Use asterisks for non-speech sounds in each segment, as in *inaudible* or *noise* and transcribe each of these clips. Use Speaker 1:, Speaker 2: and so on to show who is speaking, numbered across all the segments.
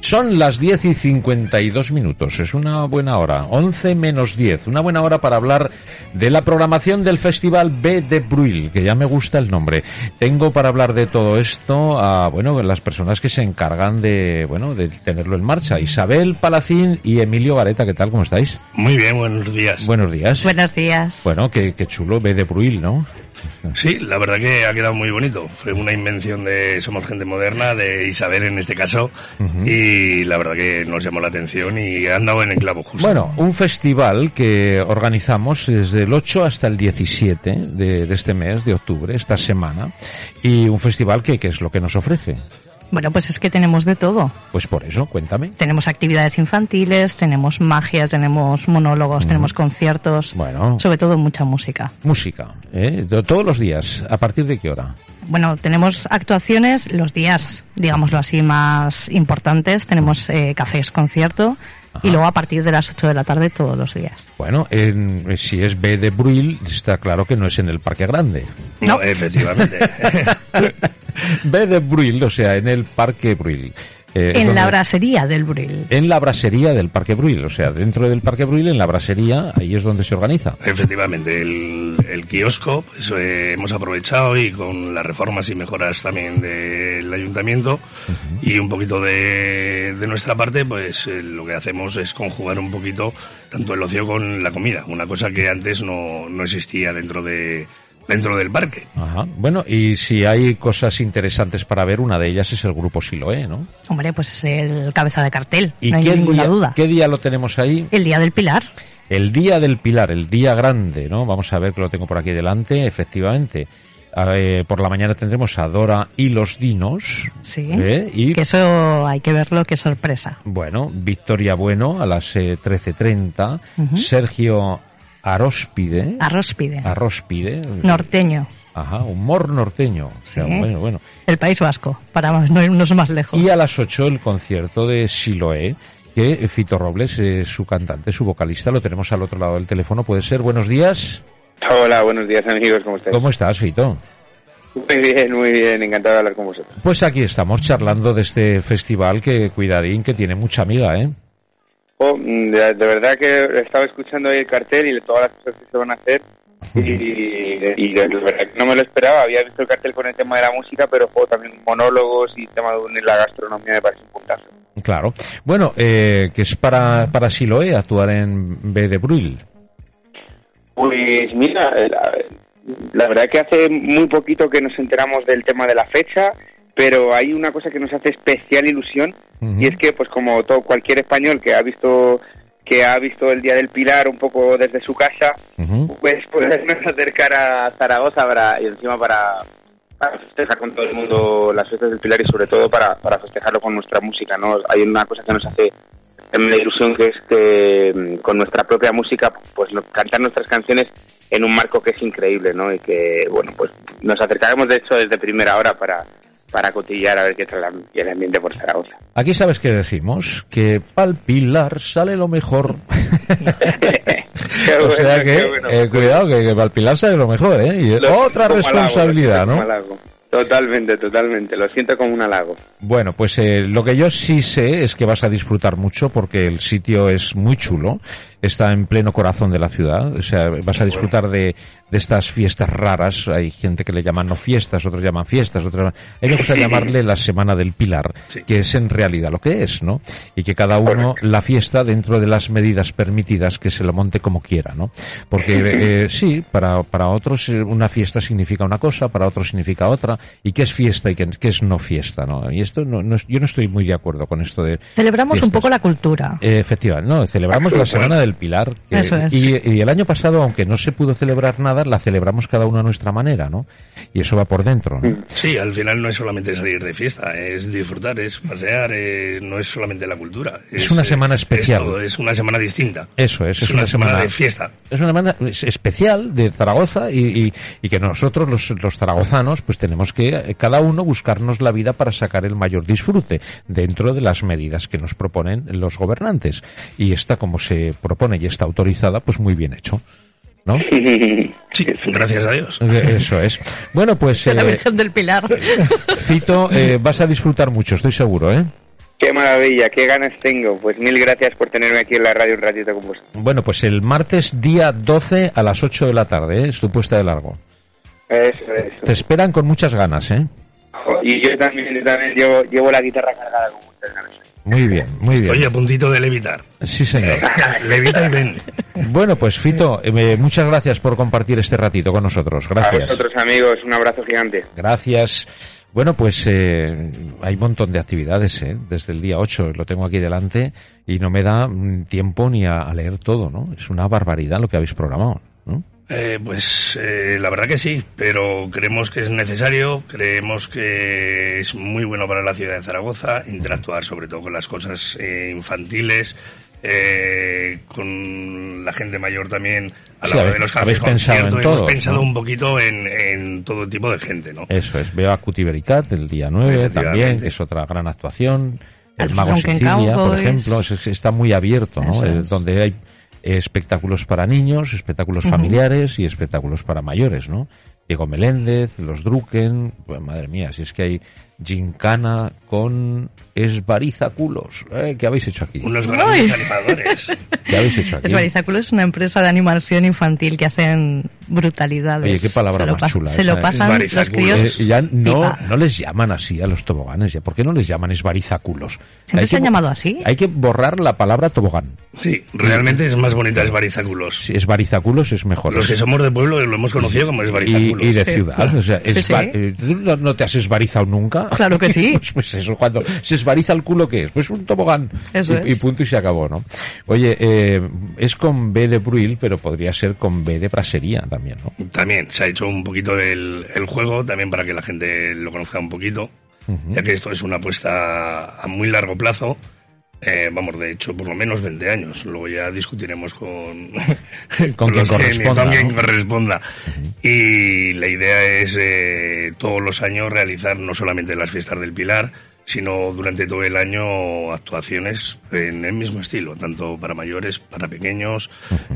Speaker 1: Son las 10 y 52 minutos, es una buena hora, 11 menos 10, una buena hora para hablar de la programación del Festival B de Bruil, que ya me gusta el nombre. Tengo para hablar de todo esto a, bueno, las personas que se encargan de, bueno, de tenerlo en marcha, Isabel Palacín y Emilio Gareta, ¿qué tal? ¿Cómo estáis?
Speaker 2: Muy bien, buenos días.
Speaker 1: Buenos días.
Speaker 3: Buenos días.
Speaker 1: Bueno, qué, qué chulo, B de Bruil, ¿no?
Speaker 2: Sí, la verdad que ha quedado muy bonito. Fue una invención de Somos Gente Moderna, de Isabel en este caso, uh -huh. y la verdad que nos llamó la atención y han dado en el clavo justo.
Speaker 1: Bueno, un festival que organizamos desde el 8 hasta el 17 de, de este mes, de octubre, esta semana, y un festival que, que es lo que nos ofrece.
Speaker 3: Bueno, pues es que tenemos de todo.
Speaker 1: Pues por eso, cuéntame.
Speaker 3: Tenemos actividades infantiles, tenemos magia, tenemos monólogos, mm. tenemos conciertos. Bueno. Sobre todo mucha música.
Speaker 1: Música, ¿eh? Todos los días. ¿A partir de qué hora?
Speaker 3: Bueno, tenemos actuaciones los días, digámoslo así, más importantes. Tenemos eh, cafés, concierto. Ajá. Y luego a partir de las 8 de la tarde todos los días.
Speaker 1: Bueno, en, eh, si es B de Bruil, está claro que no es en el Parque Grande. *laughs*
Speaker 2: no, no efectivamente.
Speaker 1: B de Bruil, o sea, en el Parque Bruil.
Speaker 3: Eh, en donde, la brasería del Bruil.
Speaker 1: En la brasería del Parque Bruil, o sea, dentro del Parque Bruil, en la brasería, ahí es donde se organiza.
Speaker 2: Efectivamente, el, el kiosco pues, eh, hemos aprovechado y con las reformas y mejoras también del ayuntamiento uh -huh. y un poquito de, de nuestra parte, pues eh, lo que hacemos es conjugar un poquito tanto el ocio con la comida, una cosa que antes no, no existía dentro de, dentro del parque.
Speaker 1: Ajá. Bueno, y si hay cosas interesantes para ver, una de ellas es el grupo Siloé, ¿no?
Speaker 3: Hombre, pues es el cabeza de cartel,
Speaker 1: ¿Y
Speaker 3: no hay
Speaker 1: qué
Speaker 3: ninguna
Speaker 1: día,
Speaker 3: duda.
Speaker 1: ¿Qué día lo tenemos ahí?
Speaker 3: El día del Pilar.
Speaker 1: El día del Pilar, el día grande, ¿no? Vamos a ver que lo tengo por aquí delante, efectivamente. Eh, por la mañana tendremos a Dora y los Dinos.
Speaker 3: Sí. ¿eh? Y, que eso hay que verlo, qué sorpresa.
Speaker 1: Bueno, Victoria Bueno a las eh, 13.30. Uh -huh. Sergio Aróspide.
Speaker 3: Arróspide.
Speaker 1: Arróspide.
Speaker 3: Norteño.
Speaker 1: Ajá, humor norteño. O sea, sí. bueno, bueno.
Speaker 3: El País Vasco, para no irnos más lejos.
Speaker 1: Y a las 8 el concierto de Siloé, que Fito Robles, eh, su cantante, su vocalista, lo tenemos al otro lado del teléfono. Puede ser, buenos días.
Speaker 4: Hola, buenos días amigos, ¿cómo estáis?
Speaker 1: ¿Cómo estás, Fito?
Speaker 4: Muy bien, muy bien, encantado de hablar con vosotros.
Speaker 1: Pues aquí estamos charlando de este festival que, cuidadín, que tiene mucha amiga, ¿eh?
Speaker 4: Oh, de, de, verdad que estaba escuchando el cartel y todas las cosas que se van a hacer y, y de, de verdad que no me lo esperaba. Había visto el cartel con el tema de la música, pero oh, también monólogos y tema de la gastronomía me parece un puntazo.
Speaker 1: Claro. Bueno, eh, que es para, para Siloé actuar en B de Bruil?
Speaker 4: Pues mira, la, la verdad que hace muy poquito que nos enteramos del tema de la fecha pero hay una cosa que nos hace especial ilusión uh -huh. y es que pues como todo cualquier español que ha visto que ha visto el día del Pilar un poco desde su casa uh -huh. pues podernos *laughs* acercar a Zaragoza para, y encima para, para, festejar con todo el mundo las fiestas del Pilar y sobre todo para, para festejarlo con nuestra música no hay una cosa que nos hace la ilusión que es que mm, con nuestra propia música pues cantar nuestras canciones en un marco que es increíble no y que bueno pues nos acercaremos de hecho desde primera hora para para cotillar a ver qué tal el ambiente por Zaragoza.
Speaker 1: Aquí sabes qué decimos, que pal pilar sale lo
Speaker 4: *laughs*
Speaker 1: mejor.
Speaker 4: bueno,
Speaker 1: o sea que,
Speaker 4: bueno.
Speaker 1: eh, cuidado, que, que pal pilar sale lo mejor, ¿eh? Y
Speaker 4: lo
Speaker 1: otra responsabilidad,
Speaker 4: halago,
Speaker 1: ¿no?
Speaker 4: Halago. Totalmente, totalmente. Lo siento como un halago. *laughs*
Speaker 1: Bueno, pues eh, lo que yo sí sé es que vas a disfrutar mucho porque el sitio es muy chulo. Está en pleno corazón de la ciudad. O sea, vas a disfrutar de, de estas fiestas raras. Hay gente que le llaman no fiestas, otros llaman fiestas, otros. A mí me gusta llamarle la Semana del Pilar, sí. que es en realidad lo que es, ¿no? Y que cada uno la fiesta dentro de las medidas permitidas que se lo monte como quiera, ¿no? Porque eh, sí, para, para otros eh, una fiesta significa una cosa, para otros significa otra y qué es fiesta y qué, es no fiesta, ¿no? Y esto no, no, yo no estoy muy de acuerdo con esto de
Speaker 3: celebramos
Speaker 1: fiestas.
Speaker 3: un poco la cultura.
Speaker 1: Eh, efectivamente, no, celebramos la Semana del Pilar que,
Speaker 3: Eso es.
Speaker 1: y, y, el año pasado aunque no se pudo celebrar nada, la celebramos cada uno a nuestra manera, ¿no? Y eso va por dentro, ¿no?
Speaker 2: Sí, al final no es solamente salir de fiesta, es disfrutar, es pasear, eh, no es solamente la cultura. eh,
Speaker 1: Es, es una semana especial.
Speaker 2: Es, todo, es, una semana distinta.
Speaker 1: Eso es,
Speaker 2: es, una, una semana, semana, de fiesta.
Speaker 1: Es una semana especial de Zaragoza y, y, y que nosotros los, los zaragozanos pues tenemos que cada uno buscarnos la vida para sacar el mayor disfrute dentro de las medidas que nos proponen los gobernantes. Y esta, como se propone y está autorizada, pues muy bien hecho. ¿No? Eh,
Speaker 2: Sí, gracias a Dios.
Speaker 1: Eso es. Bueno, pues.
Speaker 3: *laughs* la eh, Virgen del Pilar.
Speaker 1: Cito, eh, vas a disfrutar mucho, estoy seguro, ¿eh?
Speaker 4: Qué maravilla, qué ganas tengo. Pues mil gracias por tenerme aquí en la radio un ratito con vosotros.
Speaker 1: Bueno, pues el martes día 12 a las 8 de la tarde, ¿eh? es tu puesta de largo.
Speaker 4: Eso, eso.
Speaker 1: Te esperan con muchas ganas, ¿eh?
Speaker 4: Jo, Y yo también, yo también llevo, llevo la guitarra cargada con muchas ganas.
Speaker 1: Muy bien, muy bien.
Speaker 2: Estoy a puntito
Speaker 1: *laughs*
Speaker 2: de levitar.
Speaker 1: Sí, señor.
Speaker 2: Levita y ven.
Speaker 1: Bueno, pues Fito, eh, me- muchas gracias por compartir este ratito con nosotros.
Speaker 4: A
Speaker 1: Gracias.
Speaker 4: vosotros, amigos, un abrazo gigante.
Speaker 1: Gracias. Bueno, pues eh, hay un montón de actividades, ¿eh? Desde el día 8 lo tengo aquí delante y no me da mm, tiempo ni a, a leer todo, ¿no? Es una barbaridad lo que habéis programado, ¿no?
Speaker 2: Eh, pues eh, la verdad que sí, pero creemos que es necesario, creemos que es muy bueno para la ciudad de Zaragoza interactuar sobre todo con las cosas eh, infantiles, eh, con la gente mayor también. A
Speaker 1: Sí,
Speaker 2: la hora
Speaker 1: habéis-
Speaker 2: de los
Speaker 1: habéis
Speaker 2: cafés
Speaker 1: pensado en
Speaker 2: concierto, hemos
Speaker 1: todos,
Speaker 2: pensado
Speaker 1: ¿no? Eh.
Speaker 2: un poquito en, en todo tipo de gente, ¿no?
Speaker 1: Eso es, veo a Cutibericat el día 9 también,
Speaker 2: Efectivamente.
Speaker 1: que es otra gran actuación. El
Speaker 3: Al
Speaker 1: Mago
Speaker 3: Drunken
Speaker 1: Sicilia, por
Speaker 3: Cowboys.
Speaker 1: ejemplo, es- es- está muy abierto, ¿no?
Speaker 3: Eso
Speaker 1: Eh,
Speaker 3: es.
Speaker 1: Donde hay eh, espectáculos para niños, espectáculos familiares y espectáculos para mayores, ¿no? Diego Meléndez, los Drucken, bueno, madre mía, si es que hay gincana con esbarizaculos. ¿eh? ¿Qué habéis hecho aquí?
Speaker 2: Unos grandes
Speaker 3: Uy.
Speaker 2: animadores.
Speaker 1: *laughs* ¿Qué habéis hecho aquí?
Speaker 3: Esbarizáculo es una empresa de animación infantil que hacen brutalidades.
Speaker 1: Oye, qué palabra
Speaker 3: Se lo
Speaker 1: más
Speaker 3: pas-
Speaker 1: chula
Speaker 3: Se
Speaker 1: esa,
Speaker 3: lo
Speaker 1: ¿eh?
Speaker 3: pasan los
Speaker 2: Esbarizáculo.
Speaker 1: Eh,
Speaker 3: críos.
Speaker 2: Dios,
Speaker 1: y ya no,
Speaker 3: pipa.
Speaker 1: no les llaman así a los toboganes, ya. ¿Por qué no les llaman esbarizaculos?
Speaker 3: ¿Siempre
Speaker 1: Hay
Speaker 3: se
Speaker 1: que
Speaker 3: han
Speaker 1: bo-
Speaker 3: llamado así?
Speaker 1: Hay que borrar la palabra tobogán.
Speaker 2: Sí, realmente es más bonita es barizáculos.
Speaker 1: Si Esbarizaculos es mejor.
Speaker 2: Los que somos de pueblo lo hemos conocido como es
Speaker 1: y,
Speaker 2: barizáculos.
Speaker 1: y de
Speaker 3: Sí.
Speaker 1: ciudad. O sea,
Speaker 3: Sí,
Speaker 1: esba-
Speaker 3: sí.
Speaker 1: eh, ¿tú no, no te has esbarizado nunca?
Speaker 3: Claro que sí.
Speaker 1: *laughs* Pues, pues eso, cuando se esbariza el culo, ¿qué es? Pues un tobogán.
Speaker 3: Eso
Speaker 1: y, y
Speaker 3: es.
Speaker 1: punto y se acabó, ¿no? Oye, eh, es con B de Bruil, pero podría ser con B de Brasería también, ¿no?
Speaker 2: También se ha hecho un poquito el, el juego, también para que la gente lo conozca un poquito, ya que esto es una apuesta a muy largo plazo. Eh, vamos, de hecho, por lo menos 20 años. Luego ya
Speaker 1: *laughs*
Speaker 2: discutiremos con,
Speaker 1: quien
Speaker 2: los genios,
Speaker 1: corresponda,
Speaker 2: con quien
Speaker 1: ¿no?
Speaker 2: corresponda. Y la idea es eh, todos los años realizar no solamente las fiestas del Pilar, sino durante todo el año actuaciones en el mismo estilo, tanto para mayores, para pequeños,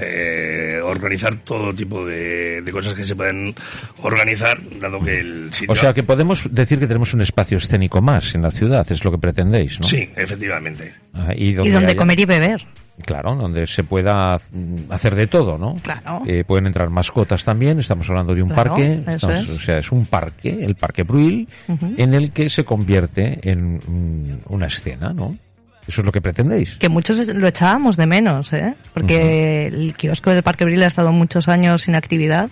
Speaker 2: eh, organizar todo tipo de, de cosas que se pueden organizar, dado que el sitio...
Speaker 1: O sea que podemos decir que tenemos un espacio escénico más en la ciudad, es lo que pretendéis, ¿no?
Speaker 2: Sí, efectivamente.
Speaker 1: Ah, y donde,
Speaker 3: Y donde
Speaker 1: haya-
Speaker 3: comer y beber.
Speaker 1: Claro, donde se pueda mm, hacer de todo, ¿no?
Speaker 3: Claro.
Speaker 1: Eh, pueden entrar mascotas también, estamos hablando de un
Speaker 3: Claro,
Speaker 1: parque,
Speaker 3: eso
Speaker 1: estamos-
Speaker 3: es.
Speaker 1: o sea, es un parque, el Parque Bruil, en el que se convierte en mm, una escena, ¿no? Eso es lo que pretendéis.
Speaker 3: Que muchos lo echábamos de menos, ¿eh? Porque el kiosco del Parque Bril ha estado muchos años sin actividad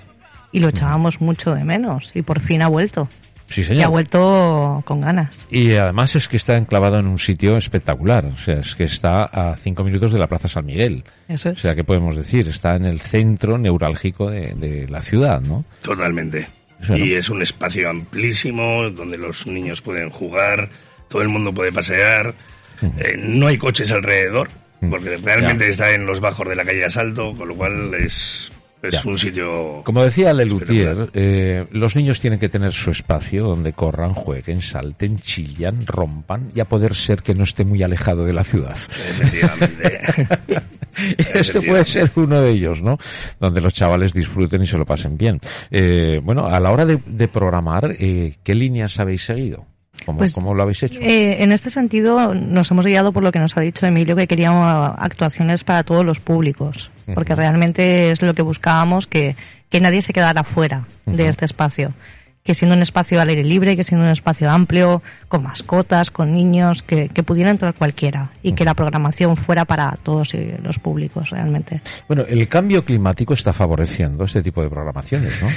Speaker 3: y lo echábamos mucho de menos. Y por fin ha vuelto.
Speaker 1: Sí,
Speaker 3: Y ha
Speaker 1: señor.
Speaker 3: vuelto con ganas.
Speaker 1: Y además es que está enclavado en un sitio espectacular, o sea, es que está a cinco minutos de la Plaza San Miguel.
Speaker 3: Eso
Speaker 1: O
Speaker 3: es.
Speaker 1: sea, ¿qué podemos decir? Está en el centro neurálgico de, de la ciudad, ¿no?
Speaker 2: Totalmente.
Speaker 1: Sí, ¿no?
Speaker 2: Y es un espacio amplísimo donde los niños pueden jugar, todo el mundo puede pasear, eh, no hay coches alrededor, porque realmente
Speaker 1: Mm. Ya.
Speaker 2: está en los bajos de la calle Asalto, con lo cual es, es
Speaker 1: Ya.
Speaker 2: un sitio...
Speaker 1: Como decía Lelutier, eh, los niños tienen que tener su espacio donde corran, jueguen, salten, chillan, rompan y a poder ser que no esté muy alejado de la
Speaker 2: *laughs*
Speaker 1: ciudad. *laughs*
Speaker 2: Efectivamente.
Speaker 1: Este puede ser uno de ellos, ¿no? Donde los chavales disfruten y se lo pasen bien. Eh, bueno, a la hora de, de programar, eh, ¿qué líneas habéis seguido? ¿Cómo,
Speaker 3: Pues,
Speaker 1: cómo lo habéis hecho?
Speaker 3: Eh, en este sentido, nos hemos guiado por lo que nos ha dicho Emilio, que queríamos actuaciones para todos los públicos, porque realmente es lo que buscábamos, que, que nadie se quedara fuera de este espacio. Que siendo un espacio al aire libre, que siendo un espacio amplio, con mascotas, con niños, que, que pudiera entrar cualquiera y que la programación fuera para todos eh, los públicos realmente.
Speaker 1: Bueno, el cambio climático está favoreciendo este tipo de programaciones,
Speaker 3: *laughs*
Speaker 1: ¿no?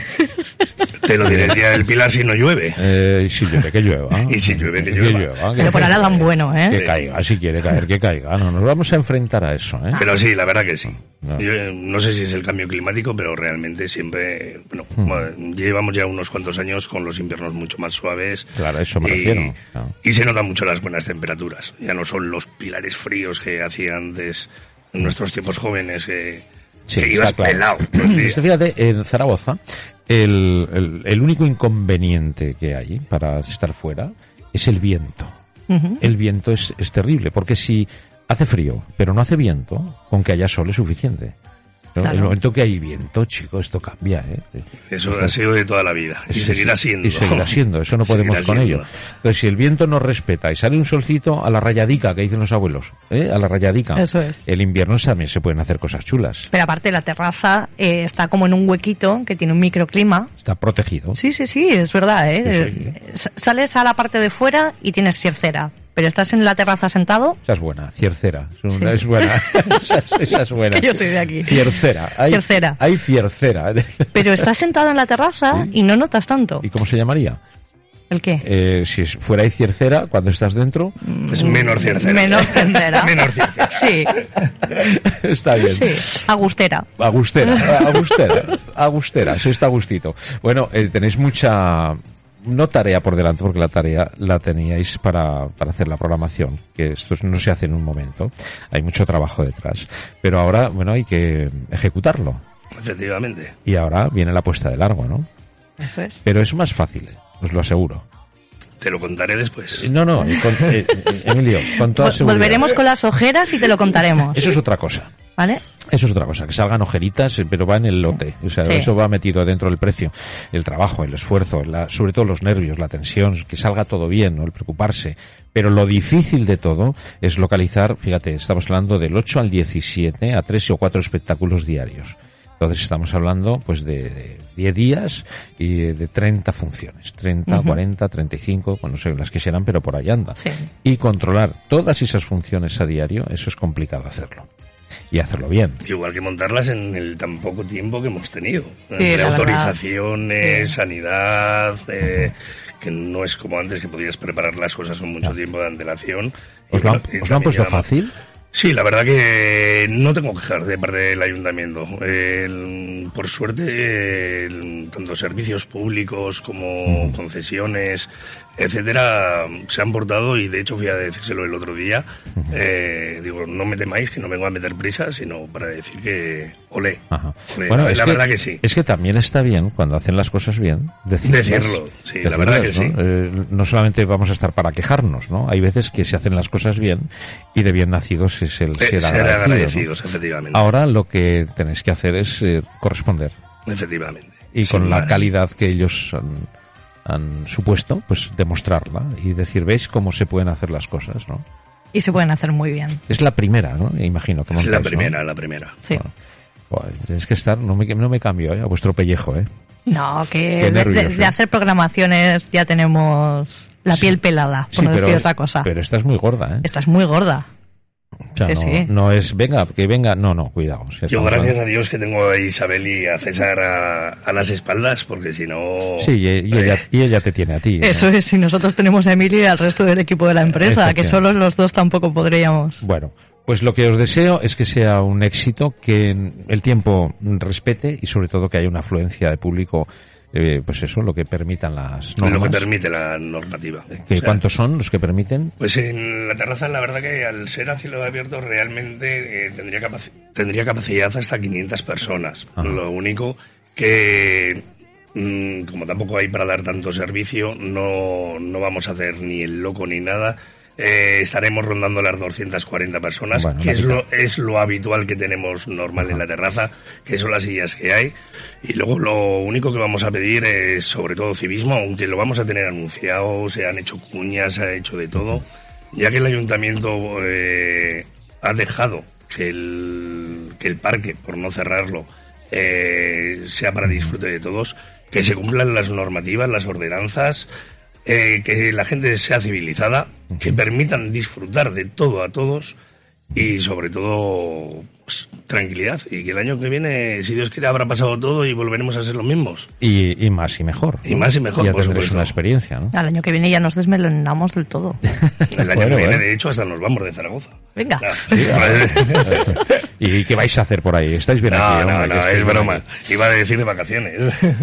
Speaker 2: Te lo diré el día del Pilar si no llueve.
Speaker 1: Eh, y si llueve, que llueva.
Speaker 2: *laughs* Y si llueve, que llueva.
Speaker 1: que-
Speaker 3: Pero por ahora tan bueno, ¿eh?
Speaker 1: Que caiga, si quiere caer, que caiga. No, nos vamos a enfrentar a eso, ¿eh?
Speaker 2: Pero sí, la verdad que sí.
Speaker 1: No.
Speaker 2: Yo, eh, no sé si es el cambio climático, pero realmente siempre, bueno,
Speaker 1: Hmm.
Speaker 2: bueno, llevamos ya unos cuantos años con los inviernos mucho más suaves.
Speaker 1: Claro, a eso me refiero, claro.
Speaker 2: Y se notan mucho las buenas temperaturas. Ya no son los pilares fríos que hacía antes en nuestros tiempos jóvenes que,
Speaker 1: Hmm. Sí,
Speaker 2: que
Speaker 1: está
Speaker 2: ibas
Speaker 1: claro. *clears throat*
Speaker 2: pelado. pues todo el día.
Speaker 1: Entonces, fíjate, en Zaragoza, el, el- el único inconveniente que hay para estar fuera es el viento.
Speaker 3: Ujú.
Speaker 1: El viento es, es terrible, porque si hace frío, pero no hace viento, con que haya sol es suficiente. ¿no?
Speaker 3: Claro.
Speaker 1: El momento que hay viento, chico, esto cambia, ¿eh?
Speaker 2: Eso ha sido de toda la vida y
Speaker 1: Sí,
Speaker 2: seguirá
Speaker 1: sí.
Speaker 2: siendo.
Speaker 1: Y
Speaker 2: *laughs*
Speaker 1: seguirá siendo, eso no
Speaker 2: Seguirá
Speaker 1: podemos con
Speaker 2: siendo.
Speaker 1: ello. Entonces, si el viento nos respeta y sale un solcito a la rayadica, que dicen los abuelos, ¿eh? a la rayadica.
Speaker 3: Eso es.
Speaker 1: El invierno también se pueden hacer cosas chulas.
Speaker 3: Pero aparte la terraza eh, está como en un huequito que tiene un microclima.
Speaker 1: Está protegido.
Speaker 3: Sí, sí, sí, es verdad. ¿eh?
Speaker 1: Sí, sí.
Speaker 3: Eh, sa- Sales a la parte de fuera y tienes ciercera, pero estás en la terraza sentado.
Speaker 1: Esa es buena, ciercera. Es, una-
Speaker 3: Sí.
Speaker 1: es
Speaker 3: *laughs*
Speaker 1: buena. esa, es- esa es buena.
Speaker 3: Que *laughs* yo soy de aquí.
Speaker 1: Ciercera. Hay,
Speaker 3: Ciercera.
Speaker 1: Hay ciercera. *laughs*
Speaker 3: Pero estás sentado en la terraza y no notas tanto.
Speaker 1: ¿Y cómo se llamaría?
Speaker 3: ¿El qué?
Speaker 1: Eh, si es- fuera hay ciercera, cuando estás dentro, *laughs*
Speaker 2: Es menor ciercera.
Speaker 3: Menor ciercera.
Speaker 2: Menor ciercera.
Speaker 3: Sí,
Speaker 1: está bien.
Speaker 3: sí. Agustera.
Speaker 1: Agustera, *laughs* agustera, agustera, sí está a gustito. Bueno, eh, tenéis mucha, no tarea por delante, porque la tarea la teníais para, para hacer la programación, que esto no se hace en un momento, hay mucho trabajo detrás, pero ahora, bueno, hay que ejecutarlo,
Speaker 2: Efectivamente.
Speaker 1: y ahora viene la puesta de largo, ¿no?
Speaker 3: Eso es.
Speaker 1: Pero es más fácil, eh, os lo aseguro.
Speaker 2: Te lo contaré después.
Speaker 1: Eh, No, no, eh, con- eh, eh, Emilio, con toda
Speaker 3: Vol-
Speaker 1: seguridad.
Speaker 3: Volveremos con las ojeras y te
Speaker 1: *laughs*
Speaker 3: lo contaremos.
Speaker 1: Eso es otra cosa.
Speaker 3: ¿Vale?
Speaker 1: Eso es otra cosa, que salgan ojeritas, eh, pero va en el lote. O sea,
Speaker 3: Sí.
Speaker 1: eso va metido dentro del precio. El trabajo, el esfuerzo, la- sobre todo los nervios, la tensión, que salga todo bien, ¿no? el preocuparse. Pero lo difícil de todo es localizar, fíjate, estamos hablando del 8 al 17 a 3 o 4 espectáculos diarios. Entonces estamos hablando pues de, de 10 días y de, de 30 funciones, 30, 40, 35, bueno, no sé las que serán, pero por ahí anda.
Speaker 3: Sí.
Speaker 1: Y controlar todas esas funciones a diario, eso es complicado hacerlo. Y hacerlo bien.
Speaker 2: Igual que montarlas en el tan poco tiempo que hemos tenido.
Speaker 3: la
Speaker 2: Entre
Speaker 3: verdad.
Speaker 2: autorizaciones,
Speaker 3: Sí.
Speaker 2: sanidad, eh, que no es como antes que podías preparar las cosas con mucho tiempo de antelación.
Speaker 1: ¿Os
Speaker 2: Y
Speaker 1: lo han,
Speaker 2: bueno, y
Speaker 1: os lo han
Speaker 2: también
Speaker 1: puesto
Speaker 2: ya no-
Speaker 1: fácil?
Speaker 2: Sí, la verdad que no tengo quejas de parte del ayuntamiento. El- por suerte, el- tanto servicios públicos como concesiones, etcétera, se han portado y de hecho fui a decírselo el otro día. Eh, digo, no me temáis que no vengo a meter prisa, sino para decir que olé.
Speaker 1: Ajá.
Speaker 2: Olé. la verdad que sí.
Speaker 1: Es que también está bien, cuando hacen las cosas bien, decirlas.
Speaker 2: Decirlo, sí, la verdad que sí.
Speaker 1: ¿no? Eh, no solamente vamos a estar para quejarnos, ¿no? Hay veces que se hacen las cosas bien y de bien nacidos es el
Speaker 2: Eh,
Speaker 1: ser
Speaker 2: ser
Speaker 1: agradecido, ¿no?
Speaker 2: agradecidos, efectivamente.
Speaker 1: Ahora lo que tenéis que hacer es eh, corresponder
Speaker 2: Efectivamente.
Speaker 1: y
Speaker 2: Sin
Speaker 1: con la
Speaker 2: más.
Speaker 1: calidad que ellos han, han supuesto, pues demostrarla y decir, ¿veis cómo se pueden hacer las cosas, no?
Speaker 3: Y se pueden hacer muy bien.
Speaker 1: Es la primera, ¿no? Imagino que
Speaker 2: Es la
Speaker 1: montáis, ¿no?
Speaker 2: primera, la primera.
Speaker 3: Sí.
Speaker 1: Ah. Joder, tenéis que estar, no me, no me cambio, ¿eh? A vuestro pellejo, ¿eh?
Speaker 3: No, que de,
Speaker 1: nervios,
Speaker 3: de- de
Speaker 1: ¿eh?
Speaker 3: hacer programaciones ya tenemos la
Speaker 1: Sí.
Speaker 3: piel pelada, por no decir otra cosa.
Speaker 1: Pero estás muy gorda, ¿eh?
Speaker 3: Estás muy gorda.
Speaker 1: O sea,
Speaker 3: que
Speaker 1: no,
Speaker 3: sí.
Speaker 1: no es, venga, que venga. No, no, cuidado. si
Speaker 2: Yo
Speaker 1: estamos
Speaker 2: gracias
Speaker 1: hablando-
Speaker 2: a Dios que tengo a Isabel y a César a, a las espaldas, porque si no...
Speaker 1: Sí, y, y ella, y ella te tiene a ti. ¿eh?
Speaker 3: Eso es, si nosotros tenemos a Emilio y al resto del equipo de la empresa, que
Speaker 1: Efectivamente.
Speaker 3: solo los dos tampoco podríamos.
Speaker 1: Bueno, pues lo que os deseo es que sea un éxito, que el tiempo respete y sobre todo que haya una afluencia de público, eh, pues eso, lo que permitan las normas.
Speaker 2: lo que permite la normativa.
Speaker 1: Que
Speaker 2: O sea,
Speaker 1: ¿Cuántos son los que permiten?
Speaker 2: Pues en la terraza, la verdad que al ser a cielo abierto realmente eh, tendría, capaci- tendría capacidad hasta 500 personas.
Speaker 1: Ajá.
Speaker 2: Lo único que, mm, como tampoco hay para dar tanto servicio, no, no vamos a hacer ni el loco ni nada. Eh, estaremos rondando las 240 personas,
Speaker 1: Bueno,
Speaker 2: que
Speaker 1: la
Speaker 2: es
Speaker 1: mitad.
Speaker 2: lo, es lo habitual que tenemos normal en la terraza, que son las sillas que hay. Y luego lo único que vamos a pedir es sobre todo civismo, aunque lo vamos a tener anunciado, se han hecho cuñas, se ha hecho de todo, ya que el ayuntamiento eh, ha dejado que el, que el parque, por no cerrarlo, eh, sea para disfrute de todos, que se cumplan las normativas, las ordenanzas, eh, que la gente sea civilizada, que permitan disfrutar de todo a todos y sobre todo pues, tranquilidad y que el año que viene si Dios quiere habrá pasado todo y volveremos a ser los mismos
Speaker 1: Y, y más y mejor.
Speaker 2: Y más y mejor,
Speaker 1: Ya
Speaker 2: por
Speaker 1: tendréis
Speaker 2: supuesto.
Speaker 1: una experiencia, ¿no?
Speaker 3: Al año que viene ya nos desmelonamos del
Speaker 1: *laughs*
Speaker 3: todo.
Speaker 2: el año
Speaker 1: Bueno,
Speaker 2: que viene
Speaker 1: eh.
Speaker 2: de hecho hasta nos vamos de Zaragoza
Speaker 3: Venga.
Speaker 2: Ah, *laughs* vale.
Speaker 1: *laughs* ¿Y qué vais a hacer por ahí? ¿Estáis bien
Speaker 2: no
Speaker 1: aquí?
Speaker 2: no
Speaker 1: hombre, que
Speaker 2: no
Speaker 1: estáis
Speaker 2: es
Speaker 1: bien
Speaker 2: broma
Speaker 1: aquí.
Speaker 2: iba a decir
Speaker 1: *laughs*
Speaker 2: de vacaciones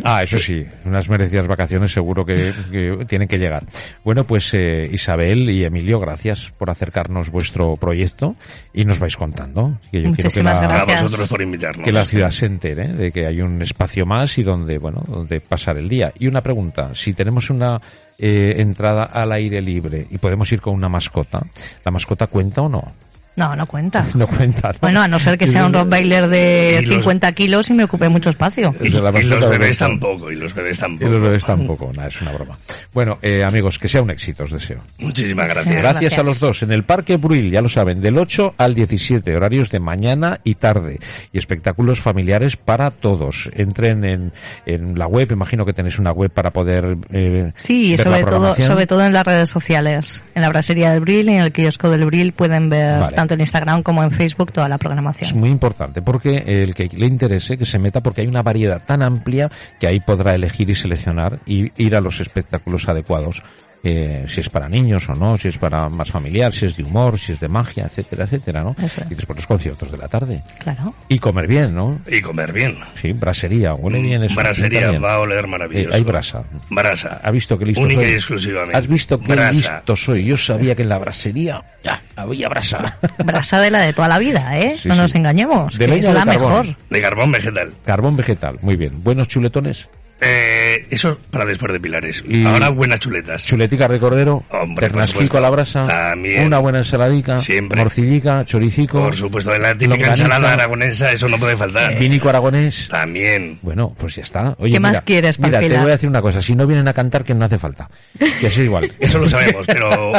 Speaker 1: Ah, eso sí, unas merecidas vacaciones seguro que, que tienen que llegar. Bueno, pues eh, Isabel y Emilio, gracias por acercarnos vuestro proyecto y nos vais contando. Que yo quiero que
Speaker 3: Muchísimas
Speaker 1: la,
Speaker 2: a
Speaker 3: Gracias.
Speaker 2: vosotros por invitarnos
Speaker 1: que la ciudad se entere ¿eh? de que hay un espacio más y donde, bueno, donde pasar el día. Y una pregunta, si tenemos una eh, entrada al aire libre y podemos ir con una mascota, ¿la mascota cuenta o no? *laughs*
Speaker 3: No, no cuenta.
Speaker 1: No cuenta. ¿no?
Speaker 3: Bueno, a no ser que sea un rock bailer de
Speaker 2: Y los-
Speaker 3: 50 kilos y me ocupe mucho espacio.
Speaker 2: Y,
Speaker 1: Es de la
Speaker 2: y
Speaker 1: basura
Speaker 2: los
Speaker 1: de
Speaker 2: bebés
Speaker 1: la-
Speaker 2: tampoco, y los bebés
Speaker 1: Y
Speaker 2: tampoco.
Speaker 1: los bebés tampoco, nada, es una broma. Bueno, eh, amigos, que sea un éxito, os deseo.
Speaker 2: Muchísimas gracias.
Speaker 3: Muchísimas
Speaker 1: Gracias,
Speaker 3: gracias.
Speaker 1: a los dos. En el Parque Bruil, ya lo saben, del 8 al 17, horarios de mañana y tarde. Y espectáculos familiares para todos. Entren en, en la web, imagino que tenéis una web para poder. eh,
Speaker 3: Sí, y
Speaker 1: ver la
Speaker 3: sobre todo,
Speaker 1: programación.
Speaker 3: sobre todo en las redes sociales. En la brasería del Bril y en el kiosco del Bril pueden ver
Speaker 1: Vale.
Speaker 3: tanto en Instagram como en Facebook toda la programación.
Speaker 1: Es muy importante porque el que le interese que se meta porque hay una variedad tan amplia que ahí podrá elegir y seleccionar y ir a los espectáculos adecuados. eh, si es para niños o no, si es para más familiar, si es de humor, si es de magia, etcétera, etcétera, ¿no?
Speaker 3: Eso es.
Speaker 1: Y después los conciertos de la tarde.
Speaker 3: Claro.
Speaker 1: Y comer bien, ¿no?
Speaker 2: Y comer bien.
Speaker 1: Sí, brasería, huele bien eso. pinta
Speaker 2: Brasería
Speaker 1: bien.
Speaker 2: va a oler
Speaker 1: Eh,
Speaker 2: maravilloso.
Speaker 1: hay brasa.
Speaker 2: Brasa.
Speaker 1: ¿Has visto que listo
Speaker 2: Única
Speaker 1: soy?
Speaker 2: y exclusivamente.
Speaker 1: ¿Has visto que
Speaker 2: Brasa.
Speaker 1: listo soy? Yo sabía que en la brasería ya, había
Speaker 2: *laughs*
Speaker 1: brasa.
Speaker 3: Brasa de la de toda la vida, ¿eh?
Speaker 1: Sí,
Speaker 3: no
Speaker 1: sí.
Speaker 3: nos engañemos.
Speaker 1: De
Speaker 3: que es
Speaker 1: leña o de
Speaker 3: la
Speaker 1: carbón.
Speaker 3: mejor.
Speaker 2: De carbón vegetal.
Speaker 1: Carbón vegetal, muy bien. Buenos chuletones,
Speaker 2: Eh, eso para después de pilares.
Speaker 1: Y-
Speaker 2: Ahora buenas chuletas.
Speaker 1: chuleticas de cordero,
Speaker 2: Hombre, por
Speaker 1: ternasquico
Speaker 2: supuesto.
Speaker 1: a la brasa,
Speaker 2: También.
Speaker 1: una buena ensaladica,
Speaker 2: Siempre.
Speaker 1: morcillica, choricico,
Speaker 2: Por supuesto, de la típica
Speaker 1: Longaniza.
Speaker 2: ensalada aragonesa, eso no puede faltar.
Speaker 1: vinico aragonés.
Speaker 2: También.
Speaker 1: Bueno, pues ya está. Oye,
Speaker 3: ¿Qué más
Speaker 1: mira,
Speaker 3: quieres,
Speaker 1: Mira, te
Speaker 3: Parpela?
Speaker 1: voy a decir una cosa. Si no vienen a cantar, que no hace falta. Que es igual.
Speaker 2: *laughs* Eso lo sabemos, pero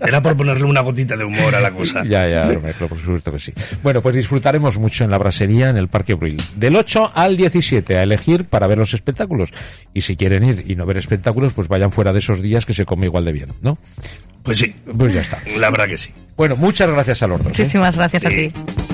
Speaker 2: era por ponerle una gotita de humor a la
Speaker 1: *laughs*
Speaker 2: cosa.
Speaker 1: Ya, ya, Romero, por supuesto que sí. Bueno, pues disfrutaremos mucho en la brasería en el Parque Bruil. Del 8 al 17 a elegir para ver los espectáculos. Y si quieren ir y no ver espectáculos, pues vayan fuera de esos días que se come igual de bien, ¿no?
Speaker 2: Pues sí,
Speaker 1: Pues ya está.
Speaker 2: la verdad que sí.
Speaker 1: Bueno, muchas gracias a los dos. ¿eh?
Speaker 3: Muchísimas gracias a
Speaker 2: Sí.
Speaker 3: ti.